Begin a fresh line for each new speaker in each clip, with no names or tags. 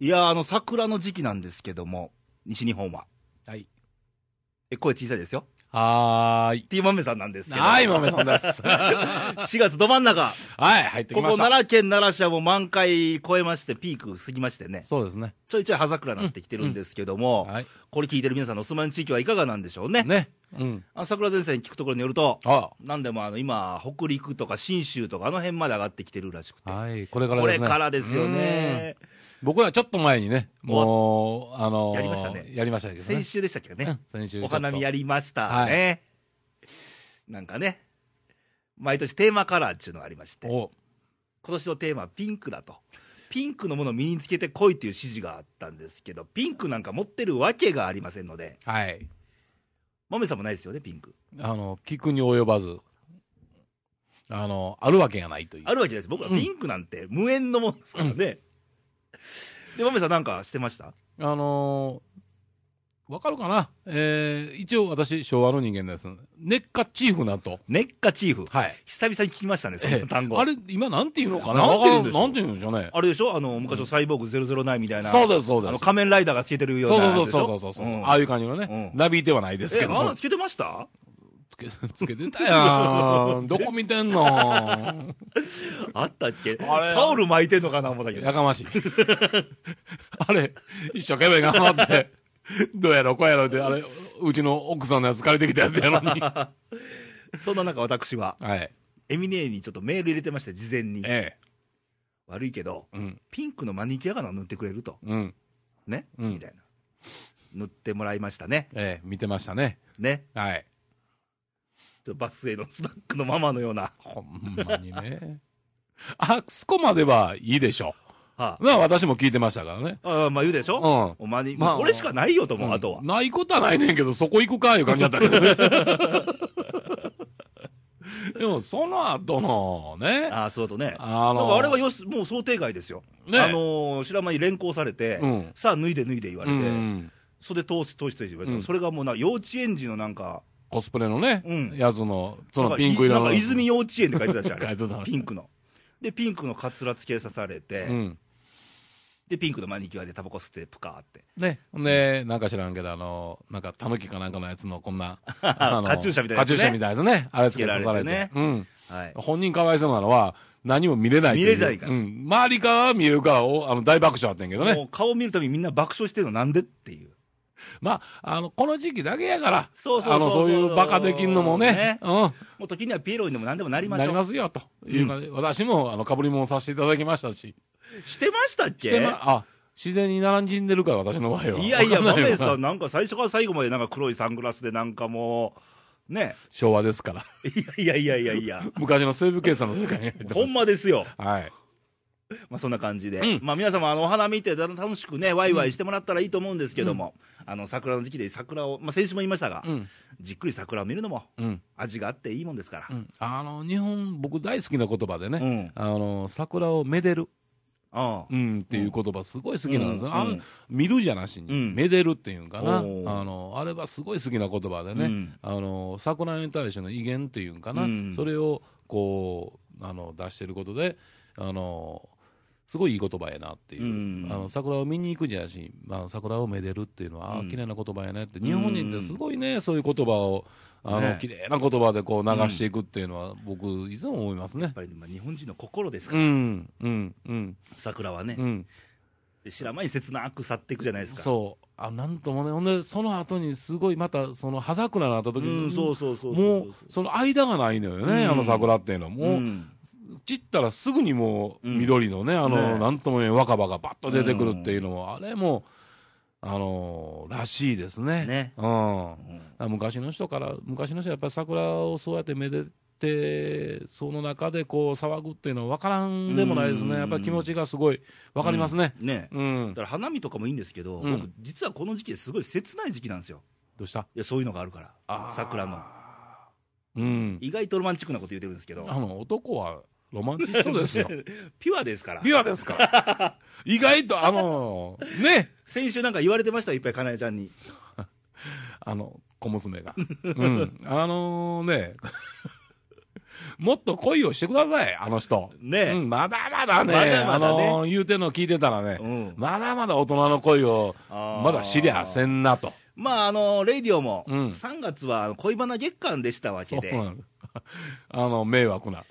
いやー、あの、桜の時期なんですけども、西日本は。
はい。
え、声小さいですよ。
はーい。
ティーマメさんなんですけど。
はい、豆さんです。 は
4月ど真ん中。
い、入ってき
こ
ま
こ
した。
奈良県奈良市はもう満開超えまして、ピーク過ぎましてね。
そうですね。
ちょいちょい葉桜になってきてるんですけども、
はい。
これ聞いてる皆さんのお住まいの地域はいかがなんでしょうね。
ね。うん。
あの桜前線聞くところによると、
あ
なんでもあの今、北陸とか信州とかあの辺まで上がってきてるらしくて、
はい。これから
こ
で
れ
すね。
からですよね。
うん。僕らちょっと前にね、もう、あのー、
やりましたね
やりましたけどね
先。週でしたっけ
うん
ね。
先週ちょ
お
っと
花見やりましたね。なんかね、毎年テーマカラーっていうのがありまして、今
お
年のテーマはピンクだと。ピンクのものを身につけてこいという指示があったんですけど、ピンクなんか持ってるわけがありませんので、
はい。
まめさんもないですよね、ピンク。
あの、聞くに及ばず、あの、あるわけがないという。
あるわけです。僕はピンクなんて無縁のもんですからね。で、まめさんなんかしてました
あのーわかるかなえー、一応私、昭和の人間です。ネッカチーフなと。
ネッカチーフ。
はい。
久々に聞きましたね、その単語。
あれ、今なんて言うのかな
なんて言うんでしょう
わからんなんて言うんでしょうね。
あれでしょあの、昔のサイボーグ009みたいな。
そうです、そ
あ
うで
の、
す。
仮面ライダーがつけてるよう
そう
なやつ
そう
でしょ。
そうそうそう。
ん
ああいう感じのね。
うん
なびいてはないですけ
え、
ど
まだ
も。
つけてました
つけつけてたやん。どこ見て んの
あったっけ
あれ
タオル巻いてんのかな思ったけど。
やかましい。 あれ、一生懸命頑張って、どうやろこうやろって、あれ、うちの奥さんのやつ借りてきたやつやの に。は
そんな中私は、
い。
エミネーにちょっとメール入れてました、事前に。
ええ。
悪いけど、
うん。
ピンクのマニキュアが塗ってくれると。
うん。
ね、
うん
みたいな。塗ってもらいましたね。
ええ、見てましたね。
ね。
はい。
ちょっとバスへのスナックのママのような。
ほんまに ね。あそこまではいいでしょ
は
う。まあ私も聞いてましたからね。
あ、ああまあ言うでし
う
ょ、
ん。
お前に、
まあ
これしかないよと思う、
うん
あとは。
ないことはないねんけど、そこ行くかいう感じだったけ どね。でも、その後のね、
ああ、そうとね。だ
あ
から
の、
あれはよし、もう想定外ですよ。
ね
あのー、白間に連行されて、
うん
さあ脱いで脱いで言わ
う
れて、
ん、
袖通し通しと言われて、
うん
それがもうな、幼稚園児のなんか、
コスプレのね、
うん
やつの、そ
なん
の
か
ピンク色
な
の。
んか泉幼稚園って書いてたじゃん、
書いてたね
ピンクの。で、ピンクのカツラつけさされて、
うん。
で、ピンクのマニキュアでタバコ吸って、プカーって。
ね。ほんで、なんか知らんけど、あの、なんか、タヌキかなんかのやつの、こ んな、あの
カチューシャみたいなや
カ
つ
チ
ね
ューシャみたいなやつね。あれつけさ
つ
せ
け
ら
られ
れ
て
て。
ね
うん。
はい。
本人かわいそうなのは、何も見れないという
見れないから
うん。周りからは見えるから、おあの大爆笑やってんけどね。
もう顔見るたびみんな爆笑してるのなんでっていう。
まあ、あの、この時期だけやから、
そうそうそうそう
あの、そういうバカできんのもね、
ね
う
もう時にはピエロにでも何でもなり
ん、
ま
な
し
り
ょう。
ますよ、というか、私も、あの、被り物させていただきましたし、
してましたっけ
で、まあ、自然に並んでるから、私の場合は。
いやいや、
わか
マ
んない
メ
よ
さん、なんか最初から最後までなんか黒いサングラスでなんかもう、ね。
昭和ですから。
いやいやいやいやい や。
昔の西部警察の世界に入ってま
ほんまですよ。
すはい。
まあそんな感じで。
うん
まあ皆様、あの、お花見てだ楽しくね、ワイワイしてもらったらいいと思うんですけども、あの、桜の時期で桜を、まあ先週も言いましたが、
うん。
じっくり桜を見るのも
うん。
味があっていいもんですから。
うん。あの、日本、僕大好きな言葉でね、
うん
あの、桜をめでる、
うん。
うん、っていう言葉すごい好きなんですよ。
うん
あの
うん
見るじゃなしに、
うん
めでるっていうんかな。あ
おー
の、あれはすごい好きな言葉でね、
うん
あの、桜に対しての威厳っていうんかな、
うん
それを、こう、あの、出してることで、あの、すごいいい言葉やなっていう、
うん
あの桜を見に行くじゃなしに、まあ、桜をめでるっていうのは、ああ
うん
綺麗な言葉やねって、
ん
日本人ってすごいね、そういう言葉を、あの
ね
綺麗な言葉でこう流していくっていうのは、僕、いつも思います
や
ね
っ。ぱり、まあ、日本人の心ですか
う
ら、
ん、うん、うん、
桜はね
う。ん。
で知らない切なく去っていくじゃないですか。
そうあなんともねほんでその後にすごいまたその葉桜のあった時に、
うん、そうそうそうそうそう。
もうその間がないのよね、
うん
あの桜っていうのもう、
ん
散ったらすぐにもう
うん
緑のね、あの
ね
なんとも言えん若葉がバッと出てくるっていうのも、あれもあのらしいですね
ね
うん
うん
あ昔の人から、昔の人はやっぱり桜をそうやってめでて、その中でこう騒ぐっていうのは分からんでもないです
う
ね、
ん
やっぱり気持ちがすごい分かりますね。
ね
うん、
だから花見とかもいいんですけど、
うん
僕、実はこの時期ですごい切ない時期なんですよ。
どうした
いや、そういうのがあるか
あ
ら、
ー
桜の。
うん、
意外とロマンチックなこと言ってるんですけど、
あの男はロマンチストですよ。
ピュアですから。
ピュアですから。 意外と、あの、ね、
先週なんか言われてましたよ、いっぱい、かなえちゃんに。
あの、小娘が。うん。あのね、もっと恋をしてください、あの人。
ねえ
うん、まだまだね、
まだまだね
あのー言うてんの聞いてたらね、
うん
まだまだ大人の恋を、
あー
まだ知りゃせんなと。
まあ、あの、レイディオも、
うん
3月はあの恋バナ月間でしたわ
そ
け
う
で、
なの。あの、迷惑な。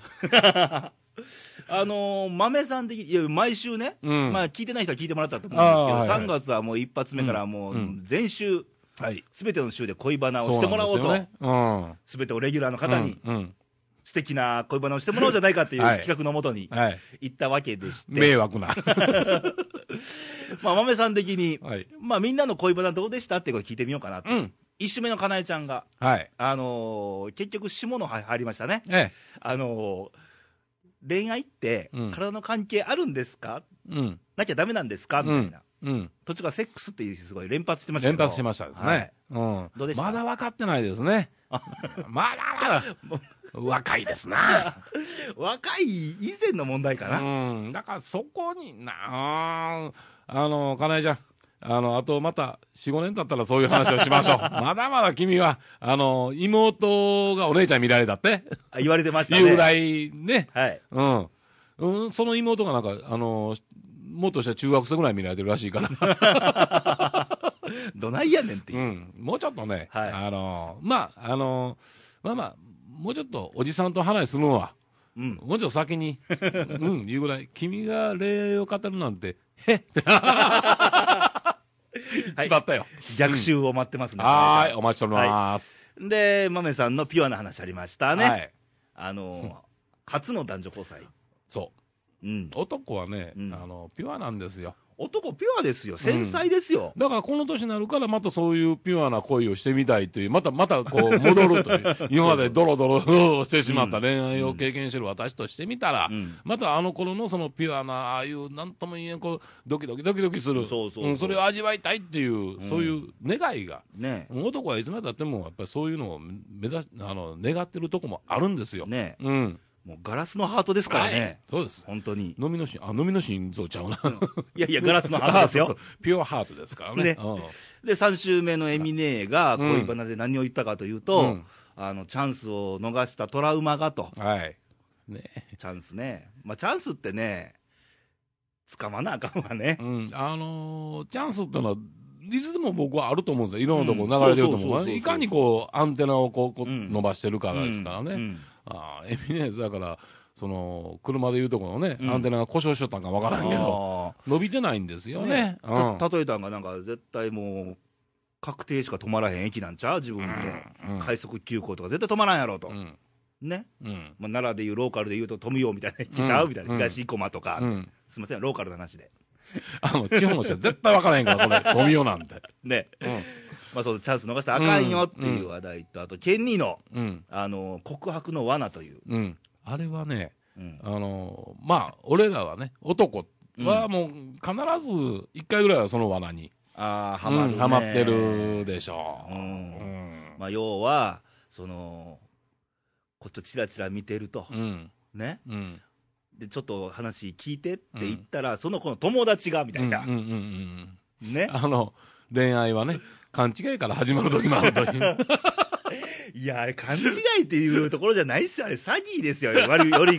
あのー、豆さん的に、いや、毎週ね、
うん
まあ、聞いてない人は聞いてもらったと思うんですけど、
あーはいはい
3月はもう一発目からもう、
うん
全週、
はい。
すべての週で恋バナを
そ
し
う
てもらおうと
なんで、すよね
すべ、てをレギュラーの
うん。
方に、
うん。うん
素敵な恋バナをしてもらおうじゃないかっていう
はい
企画のもとに
はい。
行ったわけでして、
迷惑な。
まあ、豆さん的に、
はい。
まあ、みんなの恋バナどうでしたってこと聞いてみようかなと。
うん。
一周目のかなえちゃんが、
はい。
あのー結局、下の入りましたね。
え
あのー恋愛って
うん、
体の関係あるんですか、
え。うん。
なきゃダメなんですかみたいな。
うん。
途中からセックスっていうすごい連発してましたけ
連
ど
発しましたですね。
はい
うん。
どうでした
まだ分かってないで すね。まだまだ、若いですな。
若い以前の問題かな。
うん。だからそこにな、あーあの、かなえちゃん。あの、あとまた、4、5年経ったらそういう話を しましょう。まだまだ君は、あの、妹がお姉ちゃん見られ たって、
あ言われてましたね。
いうぐらいね。
はい。
うん。うん、その妹がなんか、あの、もっとしたら中学生ぐらい見られてるらしいから。
どないやねんっていう
う。ん、もうちょっとね、
はい
あのーまあ、あのーまあまあ、もうちょっとおじさんと話するのは、
うん。
もうちょっと 先に、うん、言うぐらい、君が恋愛を語るなんて、へっ、
はい
決まったよ。
逆襲を待ってますね。
はーい、お待ちしております。
で、マメさんのピュアな話ありましたね。
はい。
あのー、初の男女交際。
そ
うん
う。。男はね、
うん
あの、ピュアなんですよ。
男ピュアですよ。繊細ですよ。
だからこの年になるから、またそういうピュアな恋をしてみたいという、また、またこう、戻ると いう、今までドロドロしてしまった恋愛を経験してる私としてみたら、
うん
またあの頃のそのピュアな、ああいう、なんとも言えん、こう、ドキドキドキドキする。
そうそうそうん
それを味わいたいっていう、
うん
そういう願いが。
ね
男はいつまでたっても、やっぱりそういうのを目指し、あの、願ってるとこもあるんですよ。
え。ねえ。
うん。
もうガラスのハートですから
はい
ね。
そうです。
本当に。
飲みの心、あ、飲みの心臓ちゃうな。
いやいや、ガラスのハートです
あそ
よ
う。そうピュアハートですからね。
ね
うん
で、3週目のエミネーが
うん
恋バナで何を言ったかというと、
うん
あの、チャンスを逃したトラウマがと。
はい。ね。
チャンスね。まあ、チャンスってね、捕まなあかんわね
う。ん。あのーチャンスってのは、いつでも僕はあると思うんですよ。いろんなとこ流れてると
うんそうそう
思
そう
う。
そう
いかにこう、アンテナをこう、こう
うん
伸ばしてるかですから
う
ね。
ん
ああ、エミネーズだから、その、車で言うとこのね、
うん
アンテナが故障しとったんかわからんけど、
あ
伸びてないんですよ
ー
ね。
ね
うん
た例えたんが、なんか絶対もう、確定しか止まらへん駅なんちゃう自分で、
うん
快速急行とか絶対止まらんやろうと、
うん。
ね、
うん。
まあ、奈良でいうローカルでいうと、富雄みたいな駅ちゃう、
うん
みたいな、東生駒とか、
うん。
すみません、ローカルの話で、
あの、地方の人は絶対わからへんか ら、これ、ゴミよなんて。
ね、
うん。
まあ、そのチャンス逃したらあかんよっていう話題と、あと、ケンニーの、
うん。
あの告白の罠という、
うん。あれはね、
うん
あのまあ、俺らはね、男はもう必ず一回ぐらいはその罠に、
ああ、はま
はま
るね、
ハマってるでしょ
う
う。
ん
うん。
まあ、要は、その、こっちをちらちら見てると、
うん。
ね、
うん。
で、ちょっと話聞いてって言ったら、その子の友達が、みたいな、
うんうんうんうん。
ね、
あの、恋愛はね、勘違いから始まる時もあるという。
いや、あれ、勘違いっていうところじゃないっすよ、あれ、詐欺ですよ、悪いよ り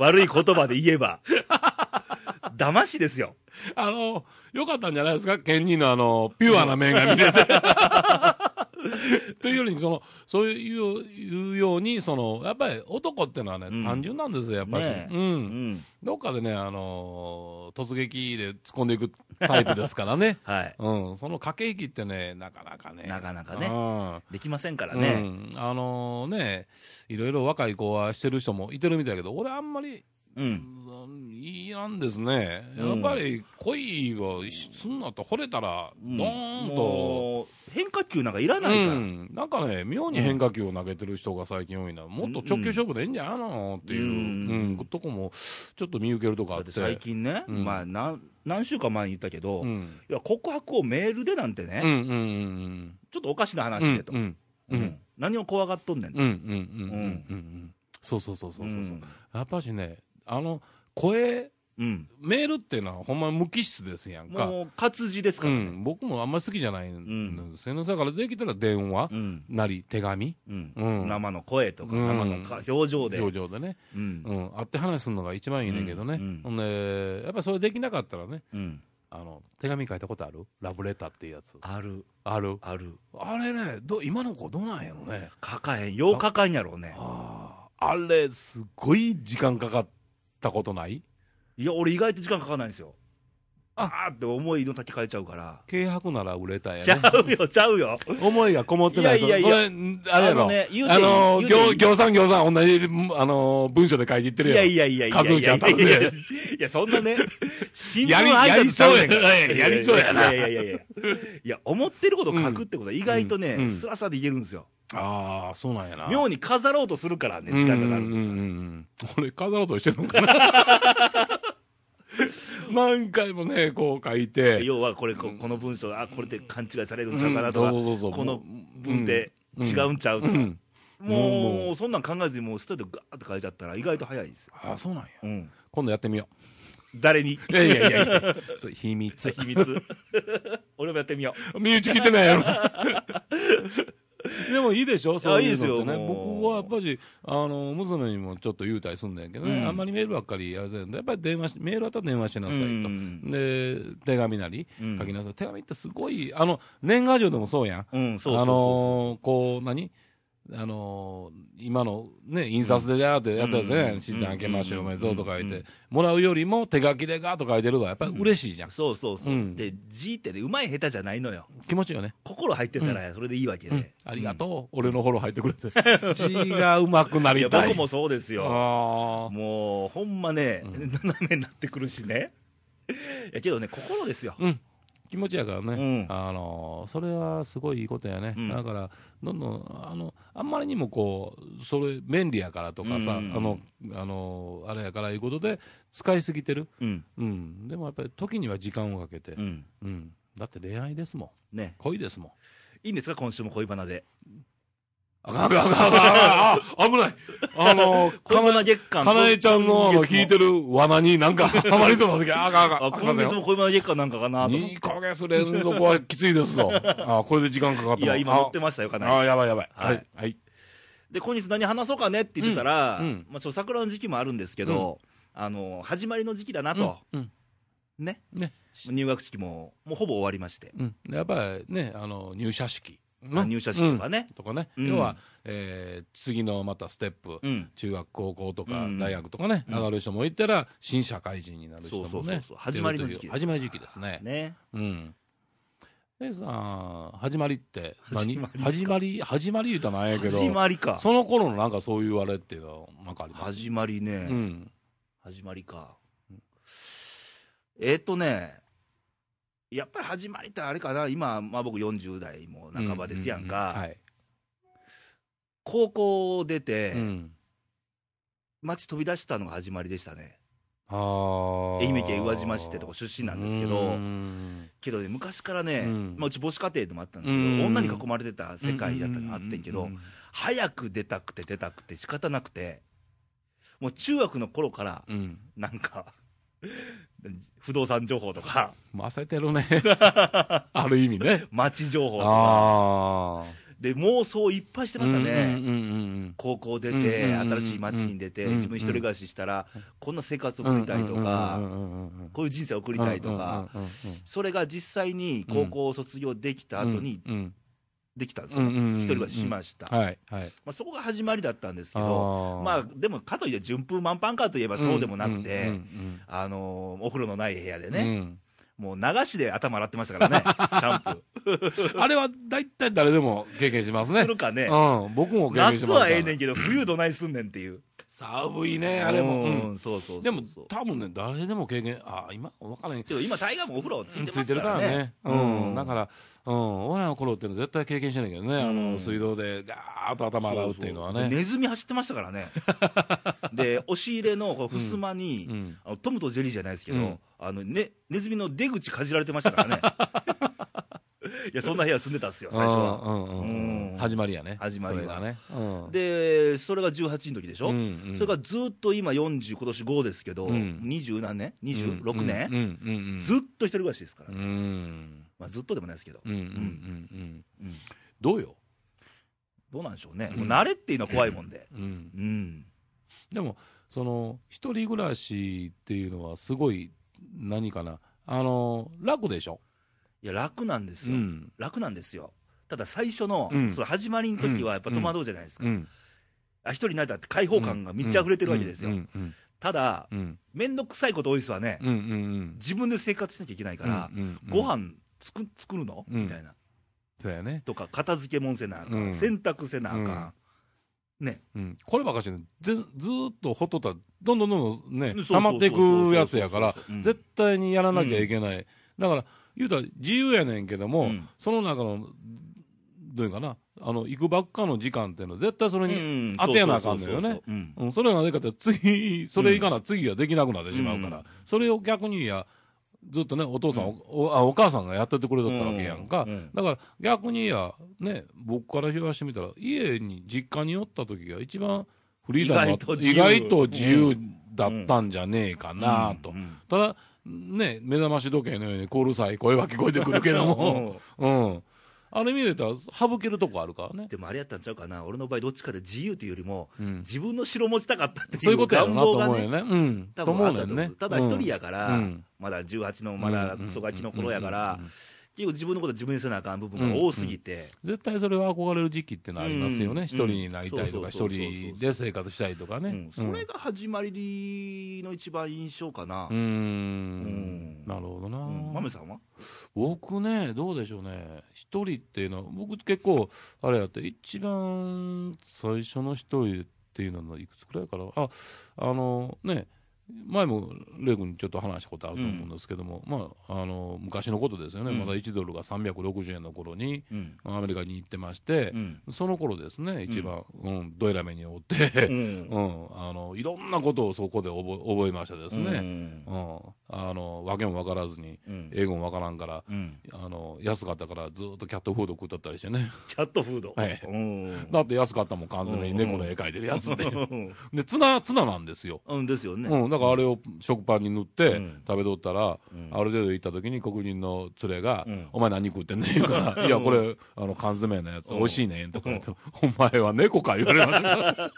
悪い言葉で言えば。騙しですよ。
あの、よかったんじゃないですか、ケンニーのあの、ピュアな面が見れて。 というよりに、その、そういう、いうように、その、やっぱり男ってのはね、
うん
単純なんですよ、やっぱり。
ねえ
う。
うんん。。
どっかでね、あのー突撃で突っ込んでいくタイプですからね
はい。
うん、その駆け引きってね、なかなかね。
なかなかね
うん
できませんから
う
ね。
んあのね、いろいろ若い子はしてる人もいてるみたいだけど、俺あんまり、
うん。
うんいいなんですね。
うん
やっぱり恋をすんなと惚れたら、
うん
ドーンと、
もう変化球なんかいら
う
ないから。
ん、なんかね、妙に変化球を投げてる人が最近多いな。もっと直球勝負でいいんじゃないのっていう、
う
うんんとこも、ちょっと見受けるとこあ
だ
っ
って
て。
最近ね、
うん
まあ何、何週間前に言ったけど、
うん。
いや告白をメールでなんてね、
うんうんうん
ちょっとおかしな
うん。
話でと、
うんうん
う
う
んん何を怖がっとんねんと、
うんうんうんうんうんうんそうそうそうそうそうそうう、
ん
やっぱしねあの声
うん。
メールっていうのはほんま無機質ですやんか。
もう、活字です
う
からね。
ん、僕もあんまり好きじゃないんですよね。だからできたら電話
うん。
なり手紙、
うん。
うん
生の声とか、
うん
生のか表情で。
表情でね、
うん。
うん、会って話すのが一番いいねんけどね、
うんうん
ほんで、やっぱりそれできなかったらね、
うん。
あの手紙書いたことあるラブレターっていうやつ、
ある、
ある、
ある。
あれね、ど今の子、どうなんやろね、
書かへん。よう書かんやろうね。
あーあれ、すごい時間かかったことない
いや、俺意外と時間かかんないんですよ。
あ
あーって思いの書き換えちゃうから。
軽薄なら売れたんや
ちゃ
ね。
うよ、ちゃうよ。
思いがこもってないと。
いやいやいや
それ、あれやろ。
あのね言うて
あの
言うて
行、行さん行さん同じ、あの、文章で書いていって
い
るや
や
ろ。
いやいやいやいや
数打
い
ち当
や
たるね
いやいやいや、そんなね、新
やり
挨拶
やりそうやな
ちゃねんから
やりそうやない
やいやいやいや。いや、思ってることを書くってことは意外と
うんう
ね、
ん
スラスラでいけるんですよ。
ああ、そうなんやな。
妙に飾ろうとするからね、時間がかかるんですよ
うんうんうんうん俺、飾ろうとしてるのかな。 何回もね、こう書いて。
要はこれここの文章あこれで勘違いされるんちゃうかなとか、
うんそうそうそう
この文で違うんちゃうと
う
か、
ん。
も
も
うそんなん考えずにもうストレートでガーッと変えちゃったら意外と早いんですよ、
ああ、そうなんや。
うん、
今度やってみよ
誰に
う。いやいやいやい や。それ秘密。
秘密俺もやってみよう
身内聞いてないやろ。 でもいいでしょ、そういうのって
いやいいですよ
ね、
もう
僕はやっぱりあの娘にもちょっと言うたりすんだけどね、
うん
あんまりメールばっかりやらせんで、やっぱり電話しメールあったら電話しなさいと、
うん
で手紙なり
うん
書きなさい、手紙ってすごい、あの年賀状でもそうやん、
うんそうそうそうそう
あのーこう、何あのー今のね、印刷でガーってやったやつね、
うん
シート開けましょう、
う
お
ん
めでとうとか言って、
うん
もらうよりも手書きでガーッと書いてるのがやっぱり嬉しいじゃん、
そうそうそう、
うん
で字ってねうまい下手じゃないのよ
気持ちいいよね。
心入ってたらそれでいいわけで、
ありがとう、俺のフォロー入ってくれて、 字がうまくな
うんいや
りたい。
僕もそうですよ
あー
もうほんまね、
うん
斜めになってくるしねいやけどね心ですよ、
うん、気持ちやからね、
うん
あのーそれはすごいいいことやね、
うん
だから、どんどんあの、あんまりにもこう、それ、便利やからとかさ、
うん
あのあのーあれやからいうことで、使いすぎてる、
うん
うん、でもやっぱり時には時間をかけて、
う
うん
ん
だって恋愛ですもん、
ね
恋ですもん。
いいんですか今週も恋バナで
あかんあかんあかんあかんあ危ない。あのー、
恋バナ月間
かなえちゃんのあの引いてる罠になんかハマりそうな時あかんあかん。
あ今月も恋バナ月間なんかかなと思って
2ヶ月連続はきついですぞ。あこれで時間かかった
いや今乗ってましたよか
あ
なり
あ、やばいやばい。
は
はいい。はい。
で今日何話そうかねって言ってたら、
うんうん
まあ、ちょっと桜の時期もあるんですけど、あの始まりの時期だなと、
うん。
ね
ね。
入学式ももうほぼ終わりまして、
うん。やっぱりね、あの、入社式。
まあ入社式とか
ね。
ね、
とかね。
うん
要は、えー次のまたステップ
う。ん
中学、高校と
う
か
ん、
大学とかね、
うん
上がる人もいたら、新社会人になる人
そう
も
そうそう
ね
そう。始まりの時期です
始まり時期ですね。
ね
うん。でさ、始まりって何、
始
始まり、始まり言うたらなんやけど、
始まりか
その頃のなんかそういうあれっていうのは、なんかあります
始まりね、
うん。
始まりかえーっ、とねやっぱり始まりってあれかな今、まあ、僕40代も半ばですやんか、
うはい。
高校出て、
うん。
街飛び出したのが始まりでしたね
あー
愛媛県宇和島市ってとこ出身なんですけ
う
ど
ん
けどね昔からね、
うん
まあ、うち母子家庭でもあったんですけど、
うん
女に囲まれてた世界だったのがあってんけど、
うう
早く出たくて出たくて仕方なくてもう中学の頃から
うん。うん。
なんか 不動産情報とか
ませてるね。ある意味ね。
街情報とか
ああ。
で妄想いっぱいしてましたね、
うんうんうん
高校出
うん
て、
うんうんうん
新しい街に出て、
うんうん
自分一人暮らししたら、こんな生活を
うん。
送りたいとか、
うんうんうんうんうん、
こういう人生を送りたいとか、
うんうんうんうんうん、
それが実際に高校を卒業できた後に
うんうん
できたんですよね、
うんうんうん
一人暮らししました、
はいはい
まあ、そこが始まりだったんですけど、
あー
まあでもかといって順風満帆かといえばそうでもなくて、あのーお風呂のない部屋でね、
ね、
もう流しで頭洗ってましたか らね、シャンプー。
あれは大体誰でも経験しますね
するかね、
うん、僕も経験します
夏
から
はええねんけど、冬どないすんねんっていう。
寒いねあれも、
うん
うん
そうそうそうそう
でも多分ね誰でも経験あ今分からへん
けど今、大河もお風呂ついて
つ
ま
い
す
て
か
るからら
ね。
ね、うんだから、うん、俺らの頃っていうのは絶対経験してないけどね、あ
うん
の水道でガーッと頭洗うっていうのは
そそ
ね、
でネズミ走ってましたから ね。で、押し入れのこう襖に、
うん
あのトムとジェリーじゃないですけど、
うん
あのね、ネズミの出口かじられてましたからね。 いや、そんな部屋住んでたんですよ、最初は。
うんうんうん
うん
始まりやね。
始まりは
それがね。うん
で、それが18の時でしょ、
うんうん
それからずっと今40、今年5ですけど、
うん
20何年 ?26 年、
うんうんうんうん。
ずっと一人暮らしですから、
うん。うん
まあ、ずっとでもないですけど、
うんうんうん。
うん
どうよ。
どうなんでしょうね、
うん
もう慣れっていうのは怖いもんで、
うん
う。ん、
でも、その、一人暮らしっていうのはすごい、何かな。あの、楽でしょ。
いや、楽なんです
う
よ、
ん。
楽なんですよ、ただ最初の、
うん
その始まりの時はやっぱ戸惑うじゃないですか、
うん。
あ一人になったって開放感が満ち溢れてるわけですよ、
うんうん
ただ、
うん
めんどくさいこと多いですわね、
うんうんうん
自分で生活しなきゃいけないから、
うんうんうん
ご飯作作るの、
うん
みたいな、
そうやね、
とか、片付けもんせなあかん、
うん
洗濯せなあかん、ね、
うん、こればっかりしてねぜずーっとほっとったらどんどんどんどんね
そうそうそうそう
溜まっていくやつやから
うん
絶対にやらなきゃいけない、だから言うたら自由やねんけども、
うん
その中のどういうかなあの行くばっかの時間っていうのは絶対それに、
うん
当てやなあかんの
そうそうそ
よね。
うそううん
うんそれがでかったら次それいかな、次はできなくなってしまうから、
うん
それを逆にいやずっとねお父さん、
うん
おおあお母さんがやっててくれとったわけやんか、
うんうん
だから逆にいやね僕から言わしてみたら家に実家におった時が一番フリーダム
意外と自由
意外と自由だったんじゃねえかなと、
うんうん
ただね目覚まし時計のようにコールさえ声は聞こえてくるけど も、うん、あれ見れたら省けるとこあるからね
でもあれやったんちゃうかな、俺の場合、どっちかで自由というよりも、
うん
自分の城持ちたかったって
そう
い
いう
う
ことやろ
願
うなと
望が
思う
ね
よ、ね。うん。
多
と
分
思
あった
うねん
と
ね
思。う、ただ一人やから、
うん
まだ18の、まだクソガキの頃やから、結構自分のこと自分にせなあかん部分が多すぎて、
絶対それは憧れる時期ってのはありますよ
うん
ね。一人になりたいと
うん
か、
そうそうそうそう
一人で生活したいとか
う
ね
ん。それが始まりの一番印象かな
う、
うん
ん。なるほどな。
うん、豆さんは
僕ね、どうでしょうね。一人っていうのは、僕結構、あれやって、一番最初の一人っていうのはいくつくらいかな。あ、あのね、前もレイ君にちょっと話したことあると思うんですけども、まあ、あの、昔のことですよね。
うん
まだ1ドルが360円の頃に、
うん、
アメリカに行ってまして
う、ん
その頃ですね、一番、うんどえらめにおって、
う
うんんあの、いろんなことをそこで覚え覚えましたですね、
ね
うんあの訳も分からずに、
うん
英語も分からんから、
うん、
あの安かったから、ずっとキャットフード食ったったりしてね、
キャットフード、
はい
うん
だって安かったもん、缶詰に猫の絵描いてるやつで、
うん
でツナツナなんですよ。
うんですよね、
うん、だからあれを食パンに塗って
うん
食べとったら、
うん
ある程度行った時に黒人の連れが、
うん
お前何食ってんねん言う から、いや、これ、あの、缶詰のやつ
うん
美味しいねんとか言って、お前は猫か言われま したから。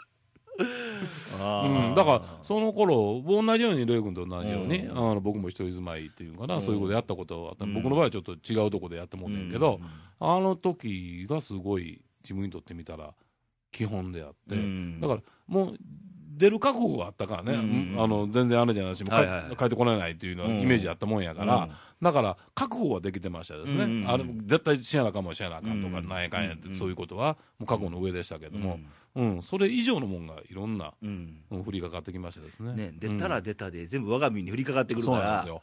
あー
うん、だから、その頃、同じように、レイ君と同じように、
うん
あの僕も一人住まいっていうかな、
うん
そういうことやったことあった、
うん
僕の場合はちょっと違うとこでやってもうてんけど、あの時がすごい自分にとってみたら基本であっ
う
て、
ん
だからもう出る覚悟があったからね、
うん
うんあの全然あれじゃないし、もう帰
はいはいはい
帰ってこれないっていうのはイメージあったもんやから、
うん
だから覚悟はできてましたですね、
うん
あれ絶対しやなあかんもんしやなあかんとか、
うん
なんやかんやって、
うん
そういうことはもう覚悟の上でしたけども、うんそれ以上のもんがいろんな、
うんうん
うん、降りかかってきましたですね。
ね、
う
出
ん
たら出たで、全部我が身に降りかかってくる
そう
か
なんで
ら、
す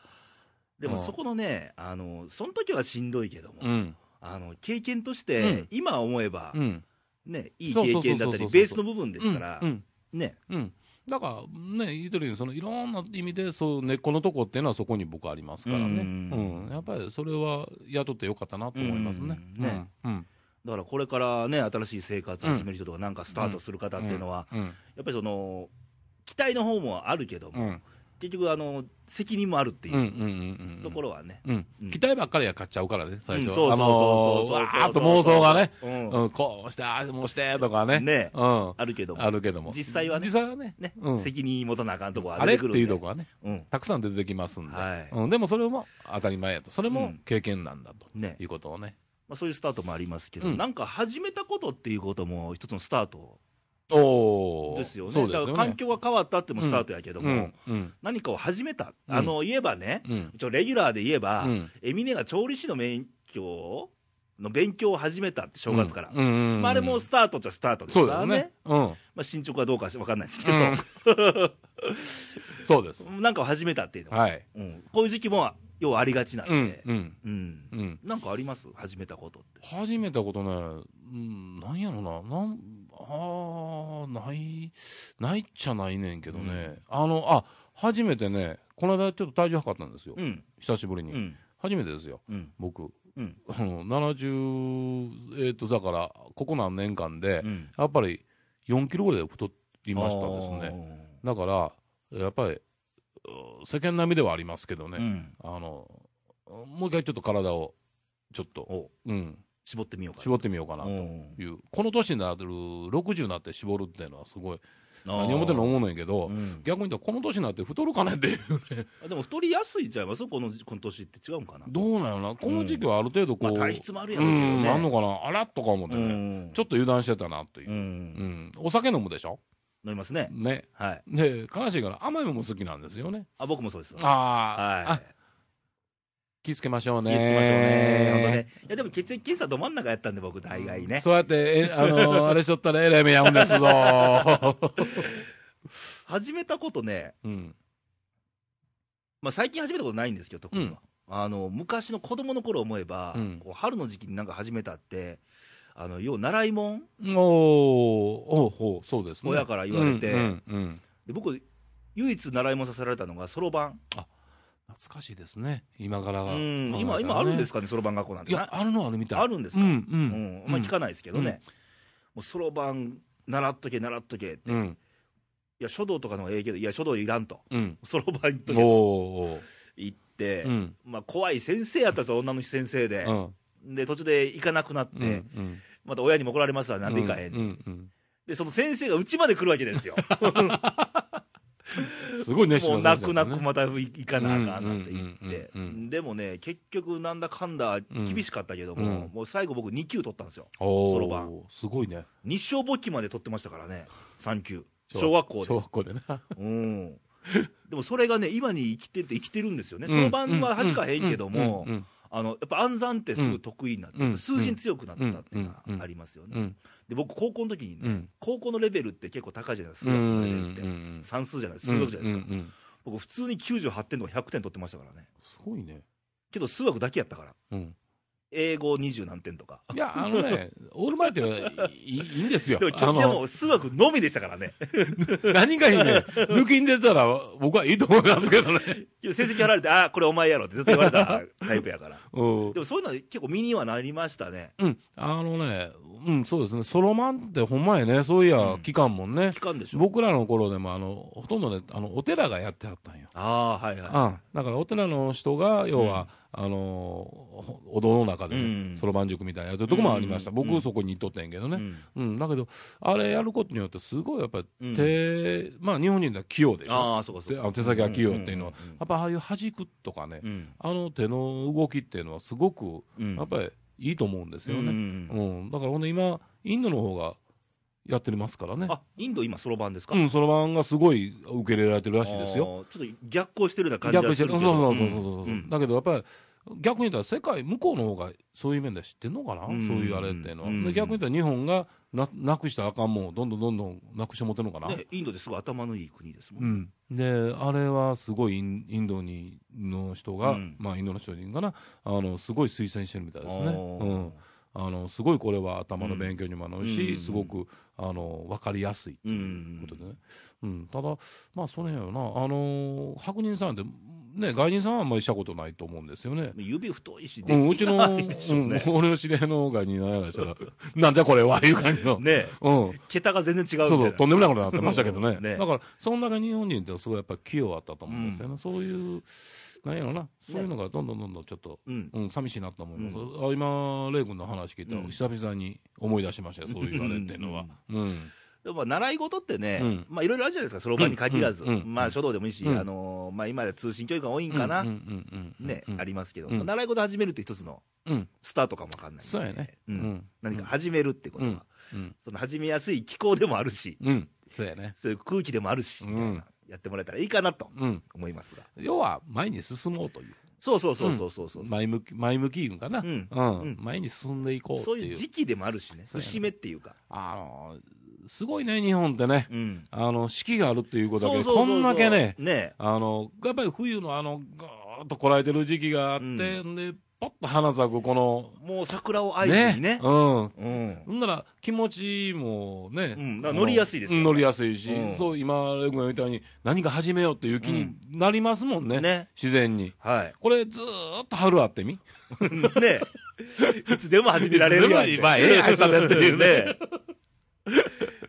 で
よ、う
も
ん
そこのね、あのその時はしんどいけども、
うん
あの経験とし
う
て
ん、
今思えば
う、ん、
ね、いい
そうそ
経
う
験だ
そうそう
ったり、ベースの部分ですから
うんう、ん
ね、
うん、だからね、言うとおりそのいろんな意味でそう根っこのとこっていうのはそこに僕ありますからね、
う
うんんやっぱりそれは雇ってよかったなと思いますね。
うんね
うん
だからこれからね、新しい生活始める人とか、なんかスタートする方っていうのは、
うん
やっぱりその、期待の方もあるけど
う
も、
ん
結局あの、責任もあるって
うんう
いうん
うんうん
ところはね、
うん
うん
期待ばっかりは買っちゃうからね、
う
最
ん
初、
そう
あ
そう
の
そう
ー
そうそう
わーっと妄想がね、
うん
うんこうして、ああ、もうしてとかね、
ね
うん、
あるけども
あ、るけども、
実際はね
実際はね
ね
う、ん
責任持たなあかんとこは
あ
出
れ
て
っ
く
て
るん
い
で
うとこはね、
うん
たくさん出てきますんで、
はい
うん、でもそれも当たり前やと、それ
う
も
ん
経験なんだと、
ね
いうことをね。
まあ、そういうスタートもありますけど、
うん
なんか始めたことっていうことも一つのスタート
おー
ですよね、
そうです
だ
よ
か
ね
ら環境が変わったってもスタートやけども、
うんうん
何かを始めた、
うん
あの言えばね、
うん
一応レギュラーで言えば、
うん
エミネが調理師の免許の勉強を始めたって、正月から、
うんうんうん
まあ、あれもスタートっちゃスタートです
そう
から
です
ね、
ね、うん
まあ、進捗はどうか分かんないですけ
うん
ど、
そうです、
なんかを始めたっていうのは、
はい、
うんこういう時期も要はありがちなんで、
うん、うん、
うん
うん、
なんかあります、始めたことって。
始めたことね、うん、なんやろな、なんあーない、ないっちゃないねんけどね、あの、あ初めてね、この間、ちょっと体重測ったんですよ、
うん、
久しぶり
う
に、
ん、
初めてですよ、
うん、
僕、
うん。
あの70、えっと、だから、ここ何年間で、
うん。
やっぱり4キロぐらい太りましたですね。
ね。
だから、やっぱり、う世間並みではありますけどね、
うん。
あの、もう一回ちょっと体を、ちょっと、
お
うん、
絞ってみようか
絞ってみようか
な。
なと
うん
いう、この年になってる、60になって絞るっていうのはすごい、何をもってんの思うねんけど、
うん
逆に言ったらこの年になって太るかねっていうね、
あでも太りやすいんちゃいますこのこの年って違うんかな。
どうなんやろな、この時期はある程度こ
ま
う、
あ、体質もあるや
う
ろうけど
ん、
ね。
なんのかな、あらっとか思って
う
ね、
ん。
ちょっと油断してたなというう、うんん、お酒飲むでしょ、
なりますね。
ね、
はい。
で、悲しいから甘いものも好きなんですよね。
あ、僕もそうですわ。
あー、
は
あ、気ぃつけましょう
い。気
ね。
をつけましょうね。本当ね。いや、でも血液検査ど真ん中やったんで、僕、大概ね。
そうやって、え あのーあれしとったらえらい目やうんですぞ。
始めたことね、
うん。
まあ、最近始めたことないんですけど、特には。
うん
あの昔の子供の頃思えば、
うん
こう春の時期になんか始めたって、あの要は習いもん
おーおうほう、そうですね。
親から言われて
うん、うんうん
で僕、唯一習いもんさせられたのが、そろばん、
懐かしいですね。今から
う
は。
ん、今、今あるんです
か
かね、そろばん学校なん
い
て
や、
な、
あるのはあるみたい。
あるんですか、
う、
うん
うん
あん
ん。
まり聞かないですけどね、
うん
もうそろばん、習っとけ、習っとけ、い
うん、
や、書道とかの方がええけど、いや、書道いらんと、
うん。
そろばんとけ
おー
と
お
言って、
ーうん。
まあ、怖い先生やったんですよ、女の先生で、
うん。
で途中で行かなくなって、
うんうん。
また親にも怒られますわ、なんで行かへん、
うん。
で、その先生がうちまで来るわけですよ。
うんすごい熱心
もう
な
泣
先生
く
だね
泣くまた行かなあかんなって言
うんうん
って
うんうんう、
でもね、結局、なんだかんだ厳しかったけど
うん
も、もう最後、僕、2級取ったんですよ、
お
そろばん
ーすごいね。
日照簿記まで取ってましたからね、3級、小学校
小
で。
学 校でな。
うんでもそれがね、今に生きてて、生きてるんですよね、その晩は弾かへんけども
う、ん
あのやっぱ暗算ってすぐ得意になっ
うんうん
て、数字に強くなったっていうのはありますよ
う
ね。
ん
で、僕、高校の時に
う
ね、
ん
高校のレベルって結構高いじゃないです
う
か、数学のレベルって。
ん
算数じゃない、数学じゃないですか。
うんうんうん
僕、普通に98点とか100点取ってましたからね。
すごいね、
けど数学だけやったから
うん、
英語20何点とか
いやあのねオールマイティはいいいいんですよ
でもち
あ
ょ
の
でも数学のみでしたからね
何がいいね抜きに出たら僕はいいと思いますけどね
けど成績やられてああこれお前やろってずっと言われたタイプや から
うん
でもそういうのは結構身にはなりましたね
うん、あのね、うん、そうですね、ソロマンってほんまやね、そういや
う、ん
期間もね
聞、かんでしょ
僕らの頃でも、あの、ほとんどね、あの、お寺がやってはったんよ。
ああーはいはい
あだからお寺の人が、要は、あのーお堂の中で
う
ね
ん
そろばん塾みたいなやってるとこもありました、
うん
僕、そこに行っとったんやけど
う
ね、
ん
うんだけど、あれやることによって、すごいやっぱり
うん
手、まあ、日本人では器用でしょ、
ああそうかそう
手あ
か
の手先が器用っていうのは、
うんうんうん
やっぱああいう弾くとかね、
うん
あの手の動きっていうのは、すごく
うん
やっぱりいいと思うんですよ
うんう
ね、
ん
う
うん
んだからほんで今、インドの方がやってますからね、
あインド今そろばんですか
うん、そろばんがすごい受け入れられてるら
ら
しいですよ。
ちょっと逆行してるような感じ
逆
が
にして
す
る
るけ
そう
ど
そうそうそうそう、
んん
だけどやっぱり逆に言ったら世界向こうの方がそういう面では知ってんのかな、
うん
そういうあれっていうのは、
うん
で逆に言ったら日本がななくしたらあかんもんをどんどんどんどんなくしてもってんのかな、
ねインドですごい頭のいい国ですも
うんん、であれはすごいインインドにの人が、
うん
まあ、インドの人にかなあのすごい推薦してるみたいですね、
あ
う
ー
ん、あのすごいこれは頭の勉強にもなるし、
うん
すごくあの分かりやすい
うん
ことでね、うん、ただ、まあ、その辺はな、あのー白人さんって、ね、外人さんはあんまりしたことないと思うんですよね。
指太いし
う
で
ん、う
き
ち
な
の、
いでしょうね
うん俺の知り合いの外人の話したら、なんじゃこれは、いう感じの。
ね
うん。
桁が全然違うみた
そ
いうな
そう、とんでもないことになってましたけどね。
ね
だから、その中に日本人ってすごいやっぱり器用だったと思うんですよね。そういう、なんやろな、そういうのがどんどんどんどんちょっと、
うん
うん、寂しいなと思います。あ今、レイ君の話聞いたら、
うん
久々に思い出しましたよ、そういうあれっていうのは。うん。
でもまあ習い事ってね、
うん
まあいろいろあるじゃないですか、そろばんに限らず、
うんうん
まあ書道でもいいし、
うん
あのーまあ、今で通信教育が多いんかな、
うんうんうんうん
ね、
うん
ありますけど、
うん
まあ習い事始めるって一つの
うん。
スタートかもわかんないんで
そうやね。
うん
うん
何か始めるってことは、
うんうん。
その始めやすい気候でもあるし、
うん。そうやね。
そういう空気でもあるし、みたいな
うん
やってもらえたらいいかなと
うん。
思いますが、
要は、前に進もうという。
そうそうそうそうそうそう、
前向き、前向きいうんかな。う
うんん。うん
前に進んでいこうって
そう
い
いう
う。
時期でもあるしね、
そうやね
節目っていうか、
あのー、すごいね、日本ってね。
うん、
あの、四季があるっていうことだ
そ
け
う
で、
そうそうそ
こ
うん
だけね、
ね
あの、やっぱり冬のあの、ぐーっとこらえてる時期があって、、
うん
で、ポッと花咲く、この、
もう桜を愛しにね、
うん。
うん、
ほんなら気持ちもね、
うんだから乗りやすいですよ
うん乗りやすいし、
うん
そう、今、レイ君が言ったように、何か始めようっていう気になりますもんね、
うんね
自然に。
はい、
これ、ずーっと春あってみ、
ねいつでも始められるやん
いつでもまあええやん明日だっていうね。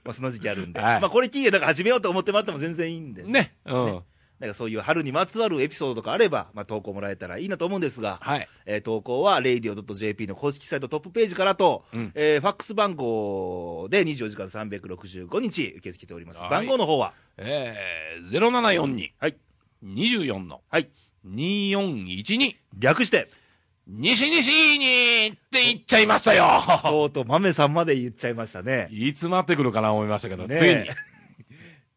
まあ、その時期あるんで。
はい
まあ、これ聞いて、なんか始めようと思ってもらっても全然いいんで。
ね。うん。
なんかそういう春にまつわるエピソードとかあれば、まあ、投稿もらえたらいいなと思うんですが、
はい。
えー投稿は radio.jp の公式サイトトップページからと、
うん
えーファックス番号で24時間365日受け付けております。
はい
番号の方は、
えー、0742、
はい、
24の
はい、
2412、
略して、
西西にって言っちゃいま したよ
とうとう豆さんまで言っちゃいましたね。
いつ待ってくるかな思いましたけど、
ね
つい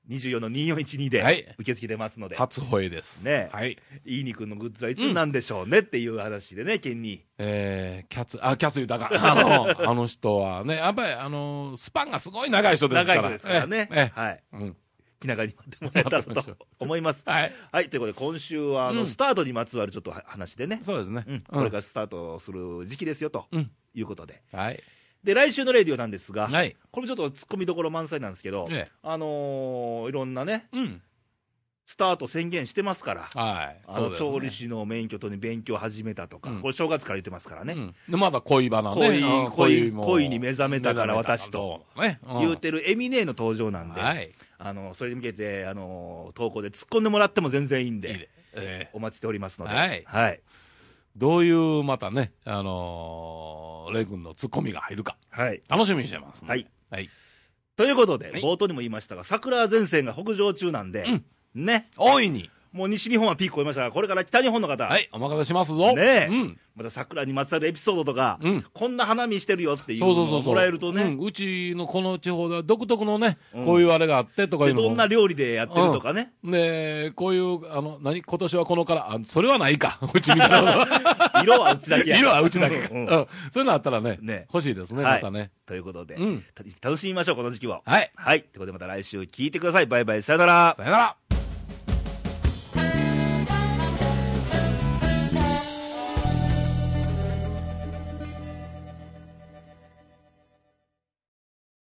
に、
24の2412で
はい
受け付けてますので、
初吠えです。
ね
はい。
いい肉のグッズはいつなんでしょうねっていう話でね、県に。
えー、キャツ、あ、キャツ言う たか。あの、あの人はね、やっぱり、あの、スパンがすごい長い人で
長
すか
い
ら。
ことですからね。
ええ
はい。
えうん。
気長に待ってもらえたら
待ってま
と思います。
はい。
はい、ということで今週は、あ
う
の、
ん
スタートにまつわるちょっとは話でね、
そうですね。
うん、これからスタートする時期ですよと
うん。
いうことで。
はい。
で、来週のレディオなんですが、
はい。
これもちょっとツッコミどころ満載なんですけど、
ええ
あのーいろんなね、
うん。
スタート宣言してますから、
はい。
あの
そうですね
調理師の免許とに勉強始めたとか、
うん
これ正月から言ってますからね、
うんで、まだ恋バナね
恋
うん
恋
も
恋に目覚めたから
目覚め
私と
どうね。ん
言うてるエミネーの登場なんで、
はい。
あのそれに向けて、あの投稿で突っ込んでもらっても全然いいんで、
いいねえー
お待ちしておりますので、
はい
はい
どういう、またね、あのー、レイ君のツッコミが入るか、
はい
楽しみにしてますね。
はい。
はい。
ということで、
はい
冒頭にも言いましたが、桜前線が北上中なんで、
うん
ね、
大いに、
もう西日本はピークをいましたが、これから北日本の方、
はい、お任せしますぞ。
ねえ
うん。
また桜にまつわるエピソードとか、
うん
こんな花見してるよっていう
そうそう
の
そ
を
うそう。
もらえるとね、
うんうちのこの地方では独特のね、
うん
こういうあれがあってとかい
で
うの
ど
も。
んな料理でやってるとかね、
ねこういう、あの、何今年はこのから、あ、それはないか。 うちみたい な。
色はうちだけや
色はうちだけか。
う
うんんそういうのあったらね、
ね
欲しいですね、
は
ま
い
たね。
ということで、
うん
た楽しみましょう、この時期は。
はい。
はい。ということで、また来週聞いてください。バイバイ、さよなら。
さよなら。